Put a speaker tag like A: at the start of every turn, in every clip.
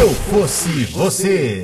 A: eu fosse você.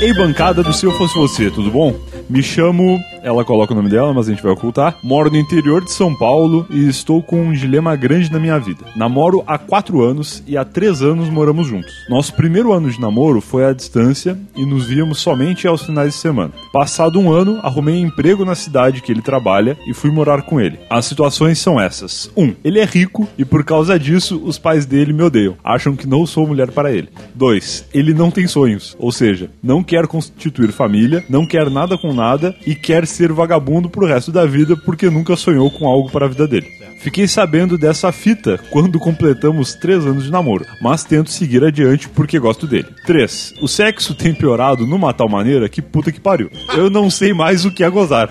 B: Ei, bancada do Se Eu Fosse Você, tudo bom? Me chamo, ela coloca o nome dela, mas a gente vai ocultar. Moro no interior de São Paulo e estou com um dilema grande na minha vida. Namoro há 4 anos e há 3 anos moramos juntos. Nosso primeiro ano de namoro foi à distância e nos víamos somente aos finais de semana. Passado um ano, arrumei emprego na cidade que ele trabalha e fui morar com ele. As situações são essas: 1. Um, ele é rico e por causa disso os pais dele me odeiam, acham que não sou mulher para ele. 2. Ele não tem sonhos, ou seja, não quer constituir família, não quer nada com nada e quer ser vagabundo pro resto da vida porque nunca sonhou com algo para a vida dele. Fiquei sabendo dessa fita quando completamos 3 anos de namoro, mas tento seguir adiante porque gosto dele. 3. O sexo tem piorado numa tal maneira que puta que pariu. Eu não sei mais o que é gozar.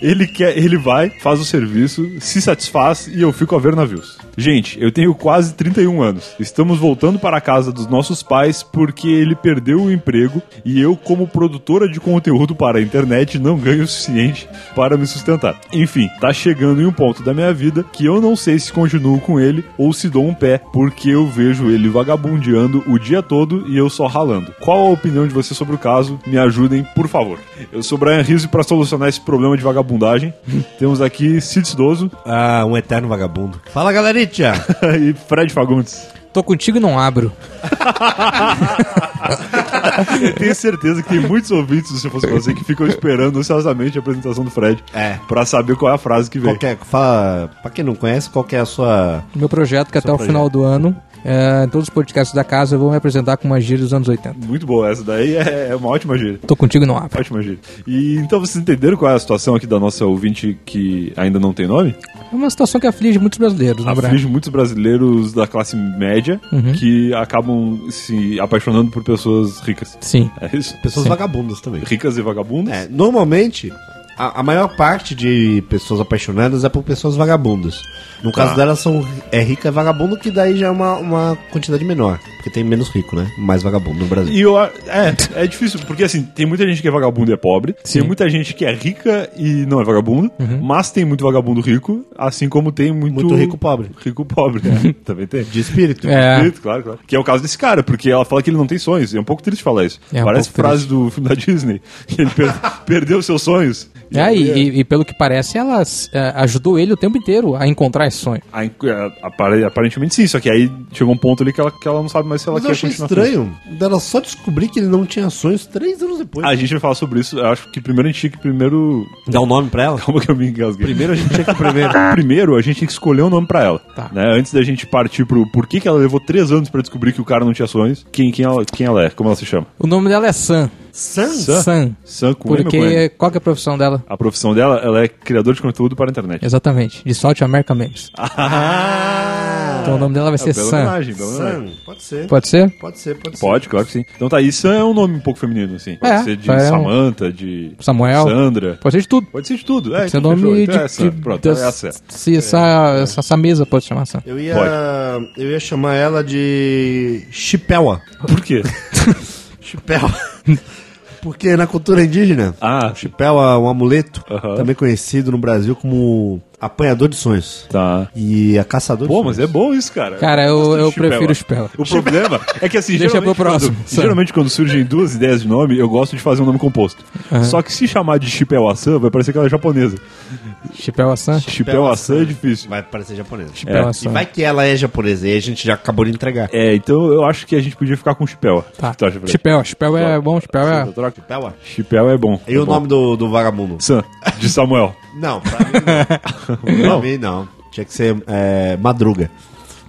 B: Ele quer, ele vai, faz o serviço, se satisfaz e eu fico a ver navios. Gente, eu tenho quase 31 anos. Estamos voltando para a casa dos nossos pais porque ele perdeu o emprego e eu, como produtora de conteúdo para a internet, não ganho o suficiente para me sustentar. Enfim, tá chegando em um ponto da minha vida que eu não sei se continuo com ele ou se dou um pé, porque eu vejo ele vagabundeando o dia todo e eu só ralando. Qual a opinião de você sobre o caso? Me ajudem, por favor. Eu sou Brian Rizzo e para solucionar esse problema de vagabundagem, temos aqui Cid Idoso
C: Ah, um eterno vagabundo. Fala, galerita!
B: e Fred Fagundes.
D: Tô contigo e não abro.
B: Eu tenho certeza que tem muitos ouvintes, se fosse você, que ficam esperando ansiosamente a apresentação do Fred
C: É.
B: pra saber qual é a frase que vem.
C: Qual que é- fala, pra quem não conhece, qual que é a sua...
D: Meu projeto, que é até o
C: projeto.
D: final do ano, é, em todos os podcasts da casa, eu vou me apresentar com uma gíria dos anos 80.
B: Muito boa, essa daí é, é uma ótima gíria.
D: Tô contigo e não abro.
B: Ótima gíria. E então vocês entenderam qual é a situação aqui da nossa ouvinte que ainda não tem nome?
D: É uma situação que aflige muitos brasileiros, né, Brian?
B: Aflige muitos brasileiros da classe média que acabam se apaixonando por pessoas ricas.
D: Sim.
B: É isso?
C: Pessoas vagabundas também.
B: Ricas e vagabundas?
C: É, normalmente, a, a maior parte de pessoas apaixonadas é por pessoas vagabundas. No caso
B: Tá.
C: delas, são, é rica e vagabundo, que daí já é uma, uma quantidade menor. Porque tem menos rico, né? Mais vagabundo no Brasil.
B: E eu, a- é, é difícil, porque assim, tem muita gente que é vagabundo e é pobre, tem muita gente que é rica e não é vagabundo, mas tem muito vagabundo rico, assim como tem muito.
C: Muito rico pobre.
B: Rico pobre, né? Também tem.
C: De espírito.
D: É.
B: Bonito, claro, claro. Que é o caso desse cara, porque ela fala que ele não tem sonhos. E é um pouco triste falar isso.
D: É um
B: Parece
D: pouco
B: frase do filme da Disney. Que ele per- perdeu seus sonhos.
D: É, e, e- e pelo que parece, ela é, ajudou ele o tempo inteiro a encontrar esse sonho.
B: Aí, é, apare- Aparentemente sim, só que aí chegou um ponto ali que ela, que ela não sabe mais se ela
C: Mas
B: quer
C: eu achei
B: continuar com isso.
C: estranho dela só descobrir que ele não tinha sonhos três anos depois.
B: A gente vai falar sobre isso. Eu acho que primeiro a gente tinha que primeiro.
C: Dá um nome pra ela?
B: Calma que eu me engasguei.
C: Primeiro a gente tinha que primeiro.
B: Primeiro, a gente tem que escolher um nome pra ela.
D: Tá.
B: né? Antes da gente partir pro porquê que ela levou três anos pra descobrir que o cara não tinha sonhos, quem, quem, ela, quem ela é, como ela se chama.
D: O nome dela é Sam.
C: Sans?
B: Sam?
D: Sam.
B: Sam com M ou com N?
D: Porque qual que é a profissão dela?
B: A profissão dela, ela é criador de conteúdo para a internet.
D: Exatamente. De South America Memes.
C: Ah!
D: Então o nome dela vai
B: É,
D: ser
B: bela
D: Sam.
B: homenagem, bela homenagem.
C: Sam. Pode ser.
D: Pode ser?
C: Pode ser, né? pode ser.
B: Pode, claro que sim. Então tá, aí Sam é um nome um pouco feminino, assim. Pode
D: É,
B: ser de
D: é um-
B: Samantha, de
D: Samuel.
B: Sandra.
D: Pode ser de tudo.
B: Pode ser de tudo. É,
D: Seu
B: então fechou.
D: nome
B: Então
D: de,
B: é Sam.
D: de-
B: Pronto,
D: das-
B: é a Sam.
D: se essa, essa, essa mesa pode chamar Sam.
C: Eu ia, eu ia chamar ela de Chipela.
B: Por quê?
C: Chipela. Porque na cultura indígena,
B: Ah,
C: o chipel é um amuleto,
B: Aham.
C: também conhecido no Brasil como apanhador de sonhos.
B: tá.
C: E a caçador
B: Pô,
C: de sonhos.
B: mas é bom isso, cara.
D: Cara, eu-
B: gosto de
D: eu
B: Chipela.
D: prefiro Chipela.
B: O problema é que assim,
D: Deixa
B: geralmente,
D: pro próximo,
B: Quando,
D: Sam.
B: geralmente quando surgem duas ideias de nome, eu gosto de fazer um nome composto. Só que se chamar de Chipel Assan, vai parecer que ela é japonesa.
D: Chipel Assan.
B: Chipel Assan é difícil.
C: Vai parecer japonesa.
D: Chipel
C: E
D: Assan.
C: vai que ela é japonesa, e a gente já acabou de entregar.
B: É, então eu acho que a gente podia ficar com Chipel. O
D: Tá.
B: que tu acha, Fred?
D: Chipel. Chipel é bom. Chipel é...
C: Troca Chipela.
B: Chipel é bom.
C: E o nome do, do vagabundo?
B: Sam, de Samuel.
C: Não, pra mim não. pra mim não. Tinha que ser é, Madruga.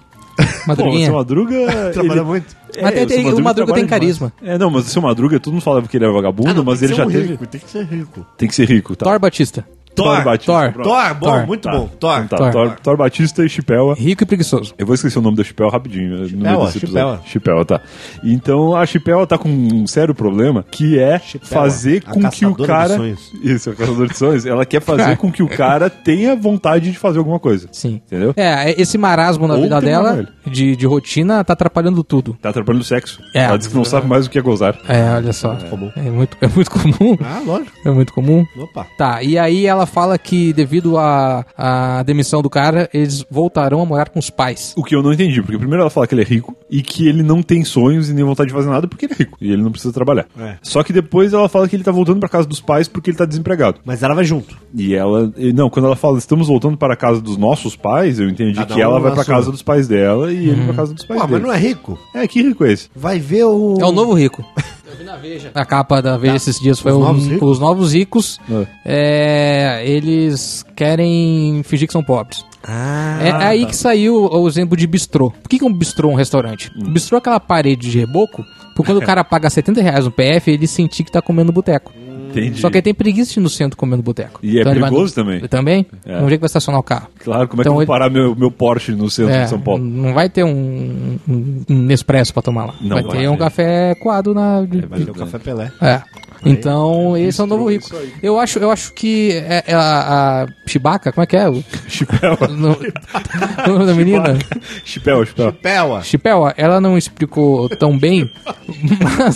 B: Bom, o
D: Madruguinha.
B: seu Madruga.
C: Trabalha
B: ele- É,
C: muito.
D: Mas
B: seu
D: tem- tem- o Madruga
B: trabalha
D: tem carisma. Ah,
B: demais. É, não, mas o seu Madruga, todo mundo falava que ele era vagabundo, mas ele já teve.
C: Ah, Tem que ser um rico.
B: Tem que ser rico, tá?
D: Thor Batista.
C: Thor,
B: Batista.
D: Thor.
B: pronto.
C: Thor, bom,
D: Thor.
C: muito
B: Tá.
C: bom. Thor.
B: Então tá,
D: Thor.
B: Thor, Thor Batista e Chipel.
D: Rico e preguiçoso.
B: Eu vou esquecer o nome da Chipel rapidinho. né, no meio desse
C: Chipel.
B: episódio. Chipel, tá. Então a Chipel tá com um sério problema que é
C: Chipel,
B: fazer
C: a
B: com que o
C: caçadora de
B: cara.
C: sonhos.
B: Isso, a caçador de sonhos. Ela quer fazer com que o cara tenha vontade de fazer alguma coisa.
D: Sim.
B: Entendeu?
D: É, esse marasmo na
B: Ou
D: vida
B: terminar
D: dela
B: com ele.
D: de, de rotina tá atrapalhando tudo.
B: Tá atrapalhando o sexo.
D: É.
B: Ela diz que não sabe mais o que é gozar.
D: É, olha só.
C: comum.
D: É muito, é muito comum.
C: Ah, lógico.
D: É muito comum.
C: Opa.
D: Tá, e aí ela fala que devido à à demissão do cara, eles voltarão a morar com os pais.
B: O que eu não entendi, porque primeiro ela fala que ele é rico e que ele não tem sonhos e nem vontade de fazer nada porque ele é rico e ele não precisa trabalhar.
C: É.
B: Só que depois ela fala que ele tá voltando pra casa dos pais porque ele tá desempregado.
C: Mas ela vai junto.
B: E ela. e Não, quando ela fala estamos voltando para a casa dos nossos pais, eu entendi
C: Cada
B: que
C: um
B: ela vai
C: na
B: pra
C: sua.
B: casa dos pais dela e ele pra
D: Uhum.
B: casa dos pais
C: Pô, mas
B: dele.
C: não é rico.
B: é... que rico é esse?
C: Vai ver o.
D: É o novo rico. Eu vi na Veja. A capa da Veja esses dias foi
C: Os
D: um-
C: novos ricos?
D: os novos ricos.
B: Ah,
D: é, eles querem fingir que são pobres.
C: Ah,
D: É aí que saiu o exemplo de bistrô. Por que, que é um bistrô é um restaurante?
B: Hum.
D: Bistrô é aquela parede de reboco, porque quando o cara paga 70 reais no PF, ele sentir que tá comendo boteco.
B: Entendi.
D: Só que ele tem preguiça de ir no centro comendo boteco.
B: Hum.
D: Então
B: E é
D: ele vai
B: perigoso
D: no-
B: também.
D: Também?
B: É.
D: Onde é que vai estacionar o carro?
B: Claro, como é
D: Então
B: que eu
D: ele-
B: vou parar meu, meu Porsche no centro
D: É,
B: de São Paulo?
D: Não vai ter um, um, um Nespresso pra tomar lá.
B: Não
D: vai,
B: vai
D: ter
B: ter. É,
D: um café coado na. de-
C: vai ter o Café Pelé.
D: É. Então, esse é o novo rico. Eu acho, eu acho que é- é a, a Chewbacca, como é que é? O,
B: Chipel.
D: o nome- é o nome da menina?
B: Chipel, Chipel.
C: Pela.
D: Chipel, ela não explicou tão bem, mas,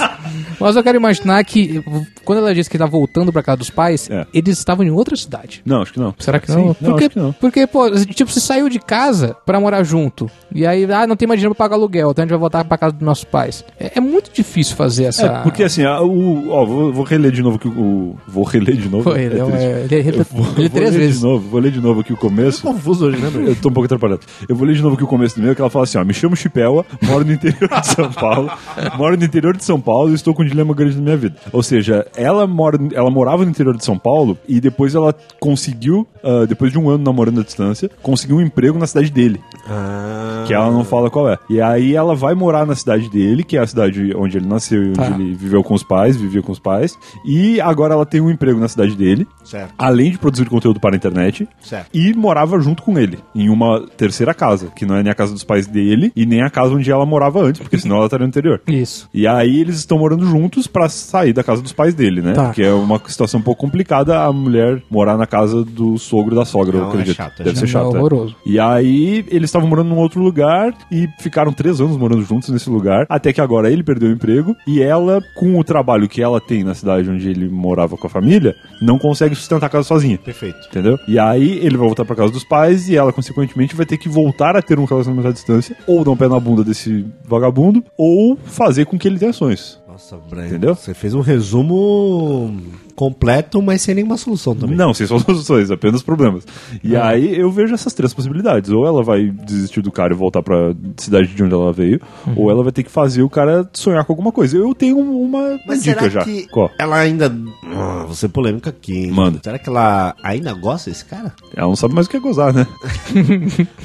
D: mas eu quero imaginar que quando ela disse que tá voltando pra casa dos pais,
B: É.
D: eles estavam em outra cidade.
B: Não, acho que não.
D: Será que não?
B: Sim, não,
D: porque,
B: acho que não.
D: porque, pô, tipo, você saiu de casa pra morar junto. E aí, ah, não tem mais dinheiro pra pagar aluguel, então a gente vai voltar pra casa dos nossos pais. É, é muito difícil fazer essa.
B: É, porque assim, a- o, ó, vou, vou reler de novo que o- o. Vou reler de novo.
D: Pô, ele, é um-
B: triste.
D: é- ele é- ele é
B: Vou, vou
D: três
B: ler
D: vezes.
B: de novo, vou ler de novo aqui o começo.
C: Confuso hoje, né,
B: Eu tô um pouco atrapalhado. Eu vou ler de novo aqui o começo do meu, que ela fala assim, ó, me chamo Chipela, moro no interior de São Paulo, moro no interior de São Paulo e estou com um dilema grande na minha vida. Ou seja, ela, mora, ela morava no interior de São Paulo e depois ela conseguiu, ah, depois de um ano namorando à distância, conseguiu um emprego na cidade dele,
C: Ah.
B: que ela não fala qual é. E aí ela vai morar na cidade dele, que é a cidade onde ele nasceu e onde
D: Tá.
B: ele viveu com os pais, vivia com os pais, e agora ela tem um emprego na cidade dele,
C: Certo,
B: além de produzir conteúdo para a internet,
C: certo.
B: e morava junto com ele, em uma terceira casa, que não é nem a casa dos pais dele e nem a casa onde ela morava antes, porque senão ela estaria no interior.
D: Isso.
B: E aí eles estão morando juntos pra sair da casa dos pais dele, né?
D: Tá.
B: Porque é uma situação um pouco complicada a mulher morar na casa do sogro da sogra,
C: Não,
B: eu
C: é
B: acredito.
C: chato, é
B: Deve ser
D: chato.
B: chato.
D: É horroroso.
B: E aí eles estavam morando num outro lugar e ficaram três anos morando juntos nesse lugar, até que agora ele perdeu o emprego e ela, com o trabalho que ela tem na cidade onde ele morava com a família, não consegue sustentar a casa sozinha.
C: Perfeito.
B: Entendeu? E aí ele vai voltar pra casa dos pais e ela, consequentemente, vai ter que voltar a ter um relacionamento à distância, ou dar um pé na bunda desse vagabundo, ou fazer com que ele tenha sonhos.
C: Nossa, Brian.
B: Entendeu?
C: Você fez um resumo completo, mas sem nenhuma solução também.
B: Não, sem soluções, apenas problemas. E
D: É.
B: aí eu vejo essas três possibilidades. Ou ela vai desistir do cara e voltar pra cidade de onde ela veio,
D: Uhum.
B: ou ela vai ter que fazer o cara sonhar com alguma coisa. Eu tenho uma, uma
C: Mas
B: dica
C: será
B: já.
C: que
B: Qual?
C: ela ainda... Ah, vou ser polêmica aqui, hein?
B: Manda.
C: Será que ela ainda gosta desse cara?
B: Ela não sabe mais o que é gozar, né?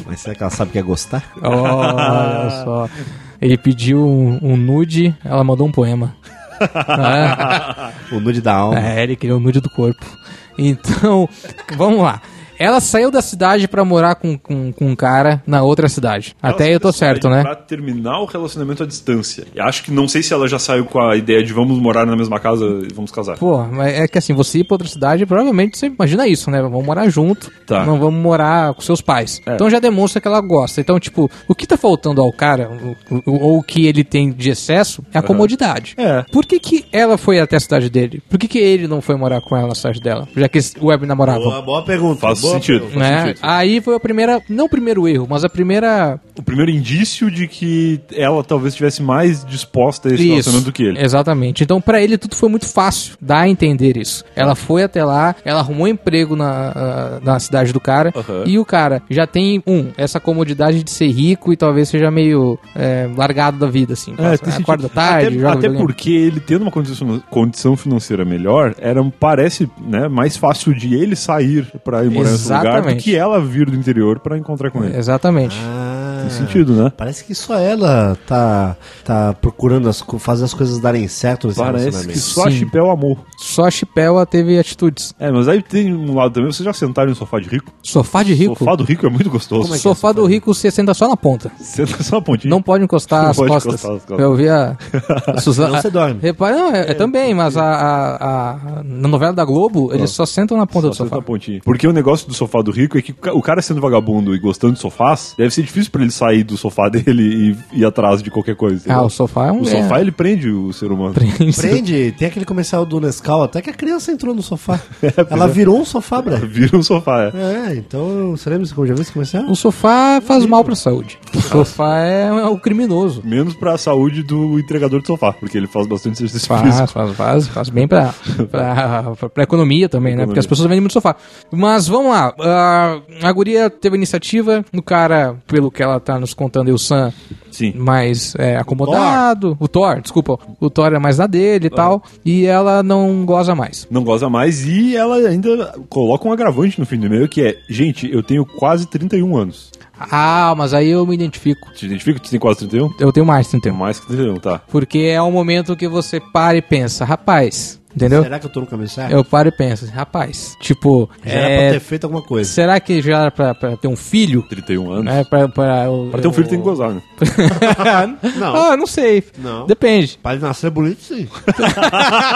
C: Mas será que ela sabe que é gostar?
D: Olha só. Ele pediu um, um nude, ela mandou um poema. Ah,
C: O nude da alma.
D: é, ele queria o nude do corpo. Então, vamos lá. Ela saiu da cidade pra morar com, com, com um cara na outra cidade. Até eu tô certo, né?
B: Pra terminar o relacionamento à distância. E acho que não sei se ela já saiu com a ideia de vamos morar na mesma casa e vamos casar.
D: Pô, mas é que assim, você ir pra outra cidade, provavelmente você imagina isso, né? Vamos morar junto,
B: Tá.
D: não vamos morar com seus pais. Então já demonstra que ela gosta. Então, tipo, o que tá faltando ao cara, o- o- ou o que ele tem de excesso, é a comodidade.
B: É.
D: Por que, que ela foi até a cidade dele? Por que, que ele não foi morar com ela na cidade dela? Já que eles web namoravam.
C: Boa, boa pergunta.
B: Faz
C: boa pergunta.
B: sentido. faz
D: Né?
B: sentido.
D: Aí foi a primeira, não o primeiro erro, mas a primeira.
B: O primeiro indício de que ela talvez estivesse mais disposta a esse relacionamento do que ele.
D: Exatamente. Então, pra ele, tudo foi muito fácil. Dá a entender isso. Ela foi até lá, ela arrumou emprego na, ah, na cidade do cara.
B: Aham.
D: E o cara já tem, um, essa comodidade de ser rico e talvez seja meio é, largado da vida, assim. Passa-
B: É, tem sentido.
D: acorda tarde,
B: até,
D: joga
B: até
D: videogame.
B: porque ele tendo uma condição, condição financeira melhor, era parece né, mais fácil de ele sair pra ir morar nesse lugar do
D: Exatamente.
B: que ela vir do interior pra encontrar com ele.
D: Exatamente.
C: Ah,
B: Tem sentido, né?
C: Parece que só ela tá, tá procurando as, co- fazer as coisas darem certo nesse
B: Parece que
C: relacionamento.
B: só a
D: Sim.
B: Chipé é o amor.
D: Só a Chipela teve atitudes.
B: É, mas aí tem um lado também, vocês já sentaram em um sofá de rico?
D: Sofá de rico.
B: Sofá do rico é muito gostoso.
D: Sofá, do rico, você senta só na ponta.
B: Senta só um uma pontinha.
D: Não pode encostar,
B: Não
D: as,
B: pode
D: costas.
B: encostar as costas.
D: Eu vi a, a Suzana.
C: Senão você dorme.
D: Repara, não, é, é também, mas a, a- a- na novela da Globo, eles só sentam na ponta
B: Ah. Só
D: do
B: senta
D: sofá.
B: a pontinha. Porque o negócio do sofá do rico é que o ca- o cara sendo vagabundo e gostando de sofás, deve ser difícil pra ele sair do sofá dele e ir atrás de qualquer coisa.
D: Ah,
B: entendeu?
D: o sofá é um.
B: O sofá ele prende o ser humano.
C: Prende, tem aquele comercial do Nescau, até que a criança entrou no sofá. Ela virou um sofá, Brad.
B: Vira um sofá, é.
C: É, então, você lembra como já viu esse comercial?
D: O sofá faz mal pra saúde. O sofá é, é o criminoso.
B: Menos pra saúde do entregador de sofá, porque ele faz bastante exercício físico.
D: Faz, faz, faz, faz bem pra, pra, pra, pra economia também, né? Porque as pessoas vendem muito sofá. Mas vamos lá. ah, a guria teve a iniciativa. O cara, pelo que ela tá nos contando, e o Sam
B: Sim.
D: mais é, acomodado. O Thor. desculpa. O Thor é mais na dele e tal. E ela não goza mais.
B: Não goza mais e ela ainda coloca um agravante no fim do e-mail que é: gente, eu tenho quase 31 anos.
D: Ah, mas aí eu me identifico.
B: Te identifica que tu tem quase 31?
D: Eu tenho mais
B: É
D: de 31.
B: mais que 31, tá.
D: Porque é um momento que você para e pensa, rapaz, entendeu?
C: Será que eu tô no comercial?
D: Eu paro e penso, rapaz, tipo,
C: Já
D: é,
C: era pra ter feito alguma coisa.
D: será que já era pra, pra ter um filho?
B: 31 anos.
D: Né, pra, pra, eu-
B: Pra ter um filho
D: eu-
B: tem que gozar, né?
C: um Não.
D: Ah, não sei.
C: Não.
D: Depende.
C: Pra ele nascer bonito, sim.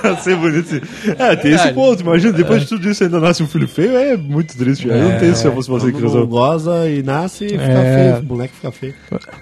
B: Pra ser bonito. sim. Assim, É, tem esse
D: Verdade.
B: ponto, imagina. Depois de tudo isso ainda nasce um filho feio, é muito triste. Aí não tem se eu fosse você que
C: Quando não
B: resolve.
C: goza e nasce e fica
D: É.
C: feio. O moleque fica feio.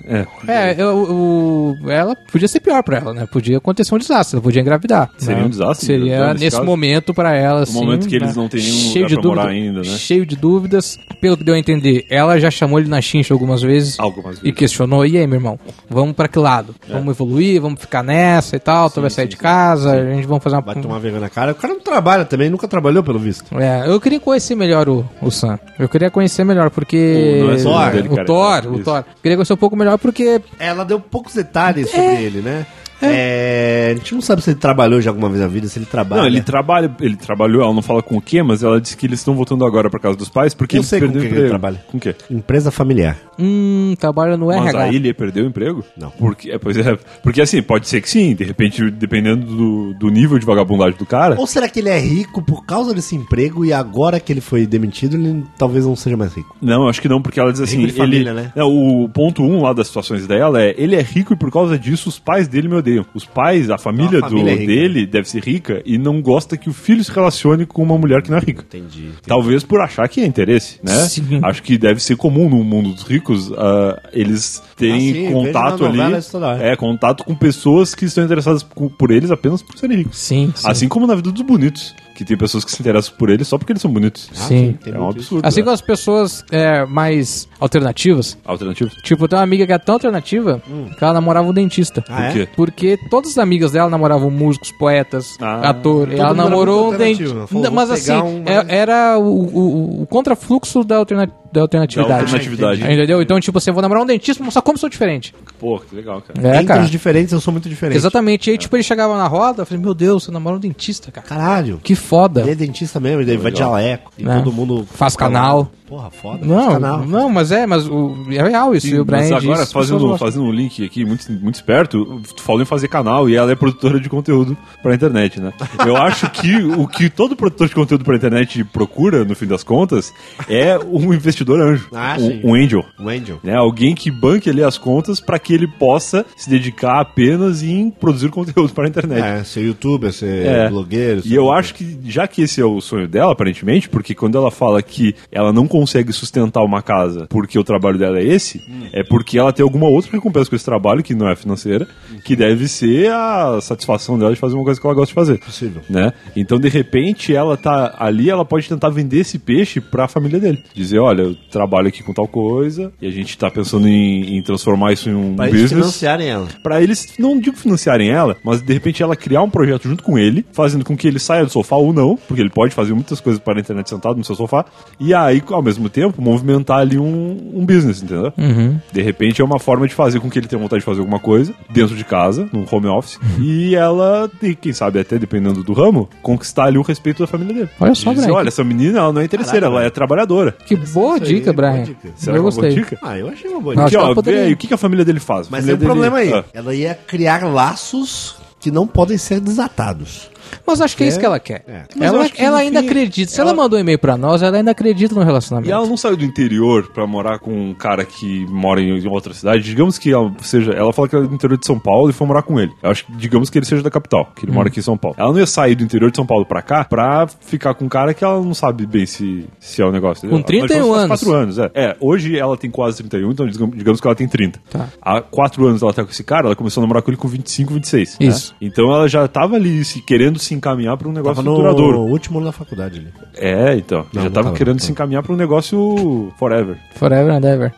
B: É.
D: É, eu, eu- ela podia ser pior pra ela, né? Podia acontecer um desastre, ela podia engravidar.
B: Seria
D: né?
B: um desastre,
D: Seria
B: né? Nesse
D: nesse,
B: caso. um
D: momento pra ela, assim.
B: momento que eles não têm nenhum lugar pra morar ainda, né?
D: Cheio de dúvidas. Pelo que deu a entender, ela já chamou ele na chincha algumas vezes.
B: Algumas
D: E
B: vezes.
D: questionou, e aí, meu irmão, vamos pra que lado?
B: É.
D: Vamos evoluir, vamos ficar nessa e tal, tu vai sair de casa, a gente vamos fazer uma...
C: Vai tomar vergonha na cara. O cara não trabalha também, nunca trabalhou, pelo visto.
D: É, eu queria conhecer melhor o, o Sam. Eu queria conhecer melhor, porque...
B: O- não é só o
C: nome
B: dele,
D: o
B: cara.
D: Thor,
B: Isso.
D: o Thor. Queria conhecer um pouco melhor, porque
C: Ela deu poucos detalhes sobre ele, né? É, a gente não sabe se ele trabalhou já alguma vez na vida, se ele trabalha.
B: Não, ele trabalha, ele trabalhou, ela não fala com o quê, mas ela disse que eles estão voltando agora pra casa dos pais porque
C: Eu
B: ele
C: sei com
B: perdeu o
C: quem ele
B: emprego.
C: trabalha.
B: Com o quê?
C: Empresa familiar.
D: Hum, trabalha no
B: Mas
D: RH.
B: aí ele perdeu o emprego?
C: Não.
B: Porque, é, pois é, porque assim, pode ser que sim, de repente, dependendo do, do nível de vagabundagem do cara.
C: Ou será que ele é rico por causa desse emprego e agora que ele foi demitido, ele talvez não seja mais rico?
B: Não, acho que não, porque ela diz assim.
C: Rico de família,
B: ele,
C: né?
B: não, o ponto um lá das situações dela é: ele é rico e por causa disso os pais dele me odeiam. Os pais, a família,
C: Então, a família
B: do,
C: é rica.
B: dele deve ser rica e não gosta que o filho se relacione com uma mulher que não é rica.
C: Entendi.
B: Talvez por achar que é interesse, né?
D: Sim.
B: Acho que deve ser comum no mundo dos ricos ah, eles terem
C: Ah, sim,
B: contato
C: vejo na
B: ali.
C: novela isso toda hora.
B: É, contato com pessoas que estão interessadas por por eles apenas por serem ricos.
D: Sim, sim.
B: Assim como na vida dos bonitos, que tem pessoas que se interessam por eles só porque eles são bonitos.
D: Sim.
C: Ah, tem
B: É um
C: muito
B: absurdo.
D: Assim
B: né?
D: como as pessoas é, mais alternativas.
B: Alternativo?
D: Tipo, eu tenho uma amiga que é tão alternativa que ela namorava um dentista.
C: Hum. Ah, é?
B: Por quê?
D: Porque todas as amigas dela namoravam músicos, poetas,
B: Ah.
D: ator.
C: Todo
D: Ela
C: mundo era
D: namorou
C: muito
D: um dentista.
C: alternativo. Falou,
D: Mas
C: vou
D: assim,
C: pegar um
D: é-
C: mais-
D: era o, o, o contrafluxo da, alterna- da alternatividade.
B: Da alternatividade.
C: Ah,
D: Entendeu? Então, tipo assim, eu vou namorar um dentista, mostrar como sou diferente.
B: Pô, que legal, cara.
D: É,
C: Entre
D: cara.
C: os diferentes, É. eu sou muito diferente.
D: Exatamente. E aí, tipo, ele chegava na roda, eu falei, meu Deus, você namora um dentista, cara.
C: Caralho.
D: Que foda.
C: Ele é dentista mesmo, ele vai de jaleco. E
D: Né?
C: todo mundo.
D: Faz canal.
C: Porra, foda. faz
D: Não,
C: canal.
D: não, mas é, mas o, é real isso. e o Brian
B: Mas agora,
D: diz,
B: fazendo, fazendo um link aqui muito, muito esperto, tu falou em fazer canal e ela é produtora de conteúdo pra internet, né? Eu acho que o que todo produtor de conteúdo pra internet procura, no fim das contas, é um investidor anjo.
C: Ah, sim.
B: um, um angel.
C: O Angel.
B: Né? Alguém que banque ali as contas pra que ele possa se dedicar apenas em produzir conteúdo para a internet.
C: É, ser youtuber, ser
B: É.
C: blogueiro.
B: E eu acho que, já que esse é o sonho dela, aparentemente, porque quando ela fala que ela não consegue sustentar uma casa porque o trabalho dela é esse, é porque ela tem alguma outra recompensa com esse trabalho, que não é financeira, que deve ser a satisfação dela de fazer uma coisa que ela gosta de fazer.
C: Possível.
B: Né? Então, de repente, ela tá ali, ela pode tentar vender esse peixe pra família dele. Dizer, olha, eu trabalho aqui com tal coisa, e a gente tá pensando em, em transformar isso em um
C: Pra eles
B: business.
C: financiarem ela.
B: Pra eles, não digo financiarem ela, mas de repente ela criar um projeto junto com ele, fazendo com que ele saia do sofá ou não, porque ele pode fazer muitas coisas para a internet sentado no seu sofá, e aí, ao mesmo tempo, movimentar ali um, um business, entendeu?
D: Uhum.
B: De repente é uma forma de fazer com que ele tenha vontade de fazer alguma coisa dentro de casa, num home office,
D: Uhum.
B: e ela, e quem sabe até dependendo do ramo, conquistar ali o respeito da família dele.
D: Olha só,
B: E dizer,
D: Brian.
B: olha, essa menina ela não é interesseira, ela é trabalhadora.
D: Que boa
C: Isso aí,
D: dica,
C: boa
D: Brian.
C: dica.
B: Será que é
D: eu
B: uma boa
D: gostei.
B: dica?
C: Ah, eu achei uma boa
D: Nossa,
C: dica.
B: Aqui,
D: ela
B: ó, vê
D: poderia-
B: aí, o que, que a família dele é. faz? A
C: Mas é um tem
B: família
C: um problema aí.
B: dele- Ah.
C: Ela ia criar laços que não podem ser desatados.
D: Mas acho que é, isso que ela quer.
C: É.
B: Mas eu
D: Ela,
B: acho que,
D: ela
B: no
D: ainda
B: fim,
D: acredita. Se
B: ela-
D: ela, mandou um e-mail pra nós, ela ainda acredita no
B: E
D: relacionamento.
B: ela não saiu do interior pra morar com um cara que mora em outra cidade. Digamos que ela seja. Ela fala que ela é do interior de São Paulo e foi morar com ele. Eu acho que, digamos que ele seja da capital, que
D: Hum.
B: ele mora aqui em São Paulo. Ela não ia sair do interior de São Paulo pra cá pra ficar com um cara que ela não sabe bem se, se é o negócio.
D: Com
B: entendeu? Afinal de
D: 31
B: contas, faz
D: anos.
B: quatro anos, é. É, hoje ela tem quase 31, então digam- digamos que ela tem 30.
D: Tá.
B: Há quatro anos ela tá com esse cara, ela começou a namorar com ele com 25, 26. né?
D: Isso.
B: Então ela já tava ali se, querendo se encaminhar pra um
C: Tava
B: negócio
C: no
B: duradouro.
C: último ano da faculdade ali.
B: É, então.
C: Não,
B: já
C: não
B: tava
C: tava,
B: querendo
C: não
B: se encaminhar pra um negócio forever.
D: Forever and ever.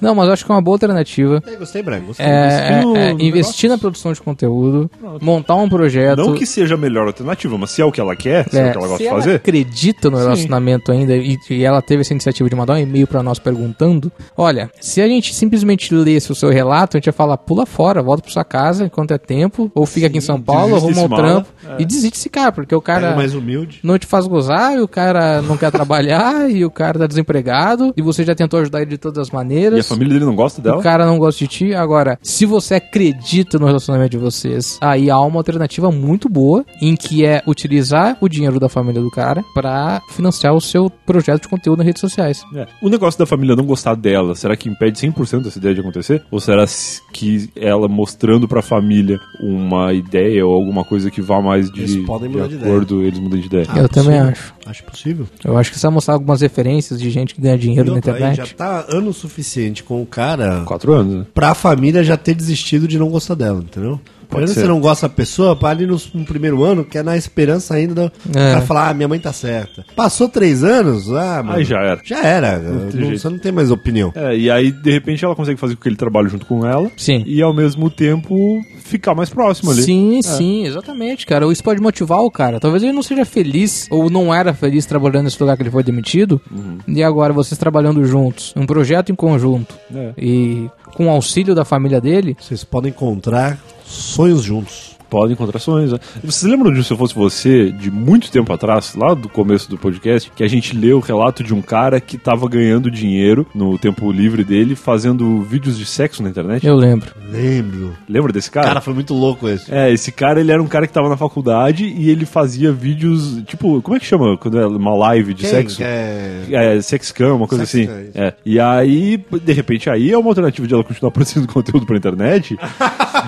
D: não, mas eu acho que é uma boa alternativa.
C: É, gostei, Branco. Gostei.
D: É,
B: investir no-
D: é,
B: no
D: investir na produção de conteúdo, montar um projeto.
B: Não que seja a melhor alternativa, mas se é o que ela quer, se é, o
D: É,
B: que ela gosta
D: se
B: de
D: ela
B: fazer.
D: acredita no relacionamento ainda e, e ela teve essa iniciativa de mandar um e-mail pra nós perguntando, olha, se a gente simplesmente lesse o seu relato, a gente ia falar, pula fora, volta pra sua casa enquanto é tempo, ou fica aqui em São Paulo,
B: desiste
D: arruma um
B: desse É. mala,
D: trampo e desiste esse cara, porque o cara
B: é
C: Pega o mais humilde.
D: não te faz gozar, e o cara não quer trabalhar, e o cara tá desempregado, e você já tentou ajudar ele de todas as maneiras.
B: E a família dele não gosta dela?
D: O cara não gosta de ti. Agora, se você acredita no relacionamento de vocês, aí há uma alternativa muito boa em que é utilizar o dinheiro da família do cara pra financiar o seu projeto de conteúdo nas redes sociais.
B: É. O negócio da família não gostar dela, será que impede 100% essa ideia de acontecer? Ou será s- que ela mostrando pra família uma ideia ou alguma coisa que vá mais de,
C: Eles podem mudar de
B: acordo, eles mudam de ideia?
C: Ah,
D: Eu também
C: possível.
D: acho.
C: Acho possível.
D: Eu acho que você vai mostrar algumas referências de gente que ganha dinheiro
C: Não,
D: na
C: aí já
D: internet.
C: tá ano suficiente com o cara
B: Quatro anos, né?
C: pra família já ter desistido de não gostar dela, entendeu? Pode
B: ser.
C: você não gosta da pessoa, pá, ali no, no primeiro ano, que é na esperança ainda do o
D: É.
C: cara falar, ah, minha mãe tá certa. Passou três anos, ah, mano,
B: Aí já era.
C: Já era.
B: tem
C: não-
B: jeito.
C: você não tem mais opinião.
B: É, e aí, de repente, ela consegue fazer com que ele trabalhe junto com ela.
D: Sim.
B: E ao mesmo tempo ficar mais próximo ali.
D: Sim, sim, exatamente, cara. Isso pode motivar o cara. Talvez ele não seja feliz ou não era feliz trabalhando nesse lugar que ele foi demitido. E agora vocês trabalhando juntos, um projeto em conjunto
B: É.
D: e com o auxílio da família dele,
C: Vocês podem encontrar sonhos juntos.
B: Podem encontrar sonhos, né? Vocês lembram de Se Eu Fosse Você, de muito tempo atrás, lá do começo do podcast, que a gente leu o relato de um cara que tava ganhando dinheiro no tempo livre dele fazendo vídeos de sexo na internet?
D: eu lembro.
C: Lembro.
B: Lembra desse cara?
C: Cara, foi muito louco esse.
B: É, esse cara, ele era um cara que tava na faculdade e ele fazia vídeos, tipo, como é que chama quando é uma live de
C: Quem
B: sexo?
C: quer-
B: É, sexcam, uma coisa
C: Sexcam,
B: assim.
C: isso.
B: É. E aí, de repente, aí é uma alternativa de ela continuar produzindo conteúdo pra internet,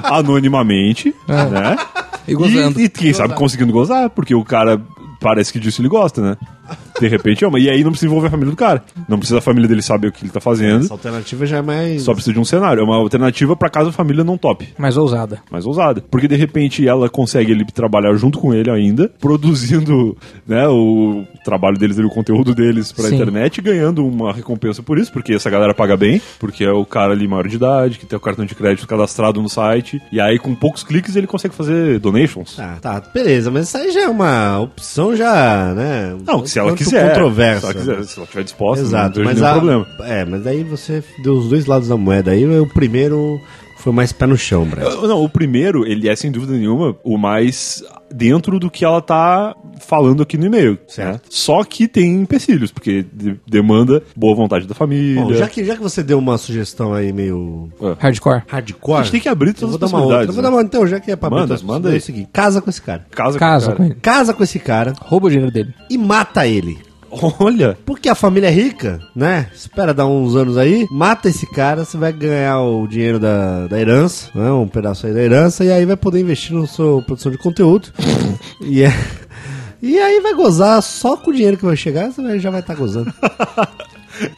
B: anonimamente, né?
D: É. E gozando.
B: E, e quem sabe conseguindo gozar, porque o cara parece que disso ele gosta, né? De repente é uma. E aí não precisa envolver a família do cara. Não precisa a família dele saber o que ele tá fazendo.
C: Essa alternativa já é mais...
B: Só precisa de um cenário. É uma alternativa pra caso a família não tope.
D: Mais ousada.
B: Mais ousada. Porque de repente ela consegue ele trabalhar junto com ele ainda, produzindo né, o trabalho deles, ali, o conteúdo deles pra
D: Sim.
B: internet, ganhando uma recompensa por isso, porque essa galera paga bem, porque é o cara ali maior de idade, que tem o cartão de crédito cadastrado no site. E aí, com poucos cliques, ele consegue fazer donations.
C: Tá, tá, beleza, mas isso aí já é uma opção já, né? um
B: Não, se ela
C: tanto
B: quiser.
C: Controversa.
B: Se ela, quiser, se ela tiver disposta,
C: né? Exato,
B: não tem
C: mas
B: nenhum
C: a,
B: problema.
C: É, mas aí você deu os dois lados da moeda. Aí o primeiro foi mais pé no chão, Breno.
B: Eu- Não, o primeiro, ele é sem dúvida nenhuma o mais dentro do que ela tá falando aqui no e-mail.
C: Certo.
B: né? Só que tem empecilhos, porque de- demanda boa vontade da família.
C: Bom, já que, já que você deu uma sugestão aí meio
D: Hardcore.
C: hardcore,
B: A gente tem que abrir
C: eu
B: todas
C: vou
B: as
C: dar uma outra.
B: possibilidades. né?
C: Eu Vou dar uma, então, já que é pra abrir
B: Manda,
C: todas as
B: manda aí.
C: possibilidades, é o seguinte, casa com esse cara.
B: né? Casa,
D: Casa
B: cara.
D: com ele.
C: Casa com esse cara
D: Rouba o dinheiro dele.
C: e mata ele.
B: Olha,
C: Porque a família é rica, né? Espera dar uns anos aí, mata esse cara, você vai ganhar o dinheiro da, da herança, né? Um pedaço aí da herança, e aí vai poder investir na sua produção de conteúdo. e, é- e aí vai gozar só com o dinheiro que vai chegar, você vai- já vai estar gozando.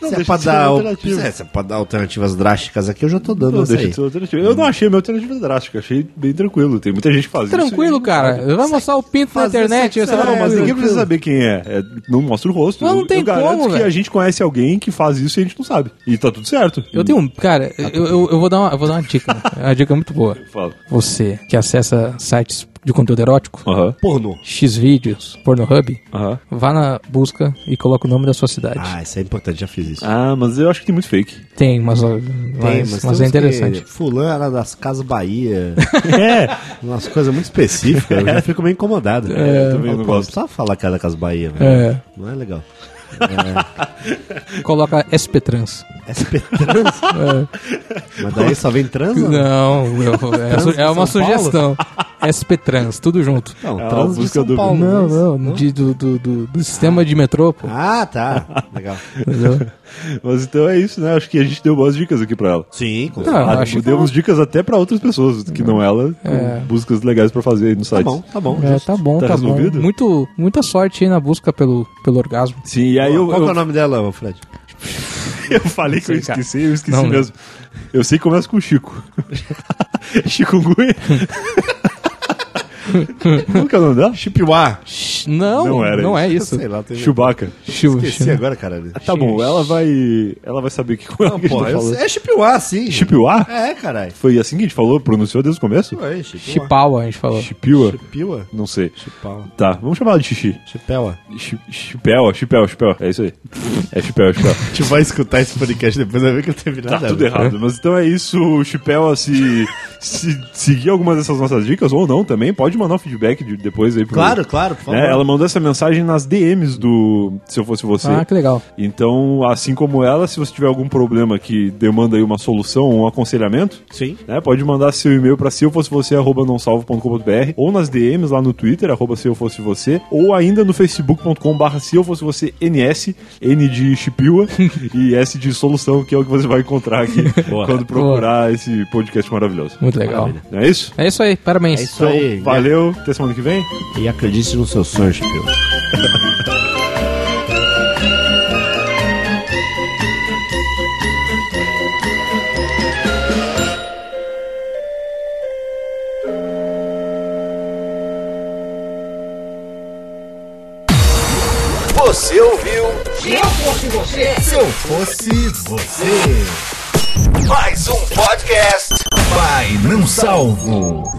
B: Não,
C: se, é
B: deixa
C: pra
B: de ser
C: dar, al-
B: alternativa.
C: se é pra dar alternativas drásticas aqui, eu já tô dando
B: não
C: essa Então
B: deixa
C: aí.
B: de ser alternativa. Eu não achei minha alternativa drástica, achei bem tranquilo. Tem muita gente que faz
D: Tranquilo,
B: isso.
D: cara. Vai mostrar o pinto na
C: fazer
D: internet.
C: sexo
D: Você
B: Não,
D: vai
C: é,
B: mas ninguém
C: tranquilo.
B: precisa saber quem é. É, Não mostra o rosto.
D: Não, não
B: Eu-
D: tem
B: eu garanto
D: como,
B: que
D: velho.
B: a gente conhece alguém que faz isso e a gente não sabe. E tá tudo certo.
D: Eu tenho um. Cara, eu, eu, eu vou dar uma, eu vou dar uma dica. né? É uma dica muito boa.
B: Fala.
D: Você que acessa sites de conteúdo erótico,
B: Aham,
C: Pornô.
D: Xvideos, Pornhub,
B: aham.
D: vá na busca e coloca o nome da sua cidade.
C: Ah, isso é importante, já fiz isso.
B: Ah, mas eu acho que tem muito fake.
D: Tem, mas,
C: Tem,
D: mas,
C: temos
D: mas é
C: que-
D: interessante.
C: Fulana das Casas Bahia.
B: É.
C: Umas coisas muito específicas, eu já fico meio incomodado.
B: eu também
C: Pô,
B: não gosto.
C: precisava falar cara da Casa Bahia, velho.
D: É,
C: Não é legal.
D: coloca SP Trans.
C: SP trans? Mas daí só vem trans? né?
D: Não, eu- é, su- é uma
C: São Paulo?
D: sugestão. SP Trans, tudo junto.
C: Não,
B: É uma
C: trans de
B: busca
C: São
B: do-
C: Paulo.
D: Não,
C: mas-
D: não, de- do, do, do- do sistema de metrô, pô.
C: Ah, tá. Legal.
D: entendeu?
B: Mas então é isso, né? Acho que a gente deu boas dicas aqui pra ela.
C: Sim, com
D: Não,
B: Ah,
D: acho que
C: tá.
B: demos dicas até pra outras pessoas, que não ela, com
D: É.
B: buscas legais pra fazer aí no
C: Tá
B: site.
C: bom, tá bom.
D: É,
C: justo.
D: tá bom,
B: Tá
D: tá, bom.
B: resolvido?
D: Muito, muita sorte aí na busca pelo, pelo orgasmo.
B: Sim, e aí eu,
C: Qual que é o
B: eu,
C: nome dela, Fred?
B: eu falei que eu
D: Não sei, cara.
B: esqueci, eu esqueci
C: né?
D: Não lembro.
B: mesmo. Eu sei que começa com Chico. Chico Gui. Qual que é o nome dela?
C: Chipiwá.
D: Shh, Não,
B: Não
D: não,
B: era
D: é isso.
C: Sei lá, tem...
B: Chewbacca.
D: Chu,
C: Esqueci
D: chu.
C: agora, caralho.
B: Tá bom, ela vai. Ela vai saber o que, qual é
C: Não,
B: o que
C: porra,
B: a gente
C: eu
B: tá falando.
C: sei- é Chipiwá, sim.
B: Chipiuá?
C: É, caralho.
B: Foi assim que a gente falou, pronunciou desde o começo?
C: Ué, Chipiwá.
D: Chipaua, a gente falou.
B: Chipiua?
C: Chipiwa?
B: Não sei.
C: Chipau.
B: Tá, vamos chamar ela de xixi.
C: Chipela.
B: Chi- Chipel, chipel, chipel. É isso aí. É chipel, chipel.
C: A gente vai escutar esse podcast depois, vai ver que eu terminei
B: Tá tudo errado, mas então é isso, Chipel, se, se seguir algumas dessas nossas dicas ou não também, pode mandar um feedback de- depois aí pro...
C: Claro, claro, por favor.
B: Né, ela mandou essa mensagem nas DMs do Se Eu Fosse Você.
D: Ah, que legal.
B: Então, assim como ela, se você tiver algum problema que demanda aí uma solução ou um aconselhamento,
C: Sim.
B: né, pode mandar seu e-mail para se eu fosse você, arroba nãosalvo.com.br ou nas DMs lá no Twitter, arroba se eu fosse você, ou ainda no facebook.com barra se eu fosse você NS, N de Chipiwa e S de solução, que é o que você vai encontrar aqui quando procurar esse podcast maravilhoso.
D: Muito legal.
B: Não é isso?
D: É isso aí, parabéns.
C: É isso aí.
B: Então, Valeu, até semana que vem.
C: E acredite no seu sonho, Chipiwa.
A: Você ouviu? Se eu fosse você. Se eu fosse você. Mais um podcast. Vai, não salvo.